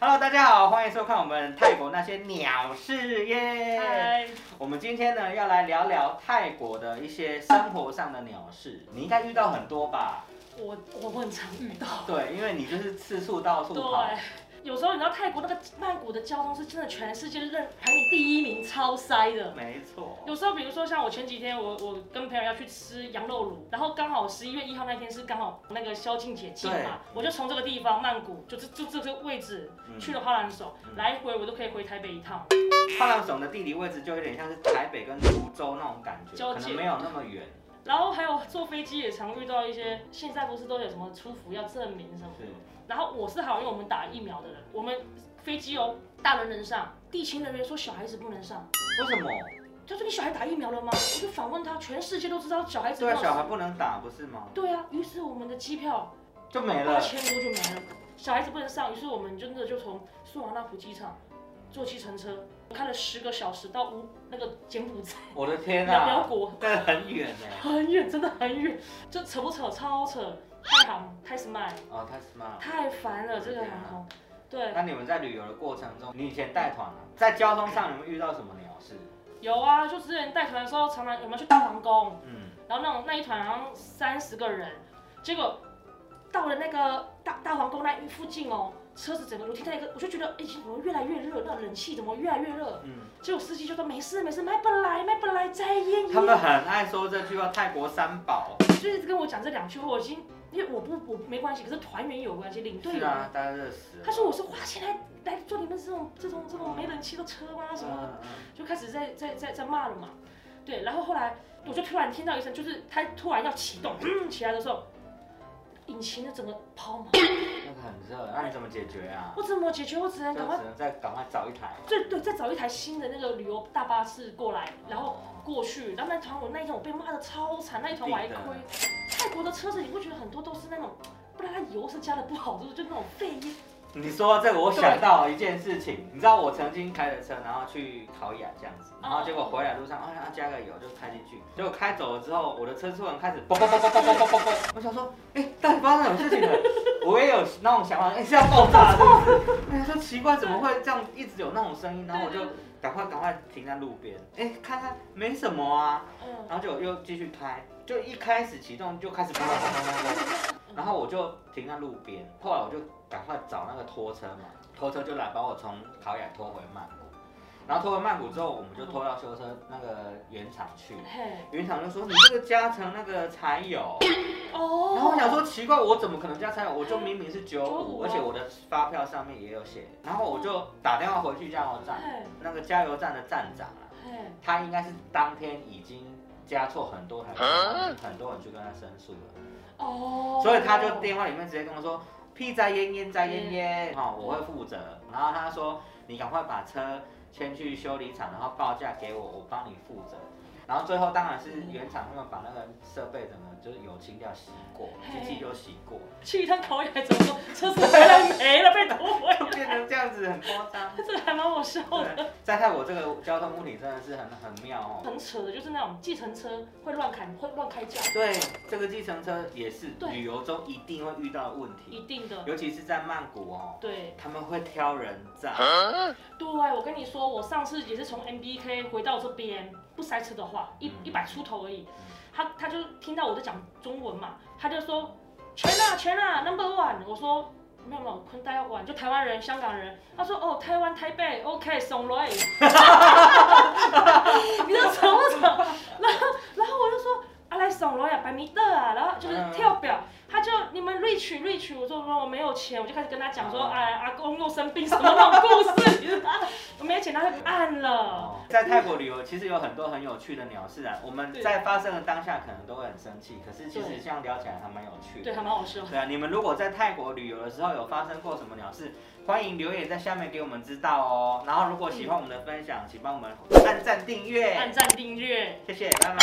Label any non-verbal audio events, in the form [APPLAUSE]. Hello，大家好，欢迎收看我们泰国那些鸟事耶。嗨，我们今天呢要来聊聊泰国的一些生活上的鸟事，你应该遇到很多吧？我我很常遇到，对，因为你就是次数到处跑。对，有时候你知道泰国那个曼谷的交通是真的全世界认排名第一名，超塞的。没错。有时候，比如说像我前几天我，我跟朋友要去吃羊肉炉，然后刚好十一月一号那天是刚好那个宵禁解禁嘛，我就从这个地方曼谷，就这就这个位置嗯去了花兰手，嗯来回我都可以回台北一趟。帕浪省的地理位置就有点像是台北跟滁州那种感觉，交可界能没有那么远。然后还有坐飞机也常遇到一些，现在不是都有什么出服要证明什么的是，然后我是好，因为我们打疫苗的人，我们飞机哦，大人能上，地勤人员说小孩子不能上。为什么？他说你小孩打疫苗了吗？我就反问他，全世界都知道小孩子对啊，要小孩不能打，不是吗？对啊，于是我们的机票就没八了。千多就没了，小孩子不能上，于是我们真的就从素瓦那普机场坐计程车，开了十个小时到乌那个柬埔寨我的天辽辽啊，国，但很远欸呢。很远，真的很远，这扯不扯？超扯！太行，太 smile，哦，太 smart 了。太烦了，这个航空。对，那你们在旅游的过程中，你以前带团啊，在交通上你们遇到什么鸟事？有啊，就之前带团的时候，常常我们去大皇宫，嗯，然后那种那一团好像三十个人，结果到了那个大大皇宫那附近哦，车子整个楼梯那一个，我就觉得哎、怎么越来越热，那冷气怎么越来越热？嗯结果司机就说没事没事，买本来买本来再烟他们烟，很爱说这句话，泰国三宝。就一直跟我讲这两句话，我已经因为我不我没关系，可是团员有关系，领队是有。啊，大家热死了。他说我是花钱来来坐你们这种这种这种没冷气的车吗？什么的？嗯嗯就开始在在在在骂了嘛。对，然后后来我就突然听到一声，就是他突然要启动，嗯，起来的时候，引擎的整个抛锚，嗯那个很热，那你怎么解决啊？我怎么解决？我只能就赶快，只能再赶快找一台。对对，再找一台新的那个旅游大巴士过来，然后哦过去。然后那团我那一天我被骂的超惨，那一团我还亏一定的。泰国的车子你会觉得很多都是那种，不然它油是加的不好，就是就那种废烟。你说到这个，我想到一件事情，你知道我曾经开着车，然后去考雅这样子，然后结果回来路上，啊，想要加个油就开进去，结果开走了之后，我的车突然开始啵啵啵啵啵啵啵啵啵，我想说，哎，到底发生什么事情了？我也有那种想法，哎，是要爆炸是不是？哎，说奇怪，怎么会这样一直有那种声音？然后我就嗯赶快赶快停在路边，哎，看看没什么啊，嗯，然后就又继续开，就一开始启动就开始啵啵啵啵啵啵。然后我就停在路边，后来我就赶快找那个拖车嘛，拖车就来把我从考雅拖回曼谷，然后拖回曼谷之后，我们就拖到修车那个原厂去，嗯嘿，原厂就说你这个加成那个柴油，哦，然后我想说奇怪，我怎么可能加柴油？我就明明是九95五，而且我的发票上面也有写，然后我就打电话回去加油站，嘿，那个加油站的站长啊，嘿，他应该是当天已经加错很多台车，很多人去跟他申诉了。哦，所以他就电话里面直接跟我说：“屁在烟烟在烟烟，哈、我会负责。”然后他说：“你赶快把车牵去修理厂，然后报价给我，我帮你负责。”然后最后当然是原厂他们把那个设备整个就是油清掉洗过，嘿机器就洗过， [LAUGHS] 去一趟考雅，怎么说车子回来没了，被夺回就来，变成这样子，很夸张。 [LAUGHS] 这还蛮好笑的。对，在泰国这个交通问题真的是很很妙哦。很扯的，就是那种计程车会乱砍，会乱开价，对，这个计程车也是对旅游中一定会遇到的问题，一定的。尤其是在曼谷哦，对他们会挑人站。对，我跟你说，我上次也是从 MBK 回到这边，不塞车的话，一嗯一百出头而已。他他就听到我在讲中文嘛，他就说全啊全啊 number one，我说没有没有，坤大要玩，就台湾人、香港人。他说哦，台湾台北，OK，松 [LAUGHS] 瑞。你知道什么 [LAUGHS] 什么？然后然后我就说啊来松瑞啊，百米的啊，然后就是跳表。他就你们 reach reach，我说我没有钱，我就开始跟他讲说，嗯哎，阿公又生病什么那种故事，你 [LAUGHS] 知道吗？我没钱，他就按了。哦在泰国旅游，其实有很多很有趣的鸟事啊。我们在发生的当下，可能都会很生气，可是其实对这样聊起来还蛮有趣对，的。还蛮好笑。对啊，你们如果在泰国旅游的时候有发生过什么鸟事，欢迎留言在下面给我们知道哦。然后如果喜欢我们的分享，请帮我们按赞、订阅，按赞、订阅。谢谢，拜拜。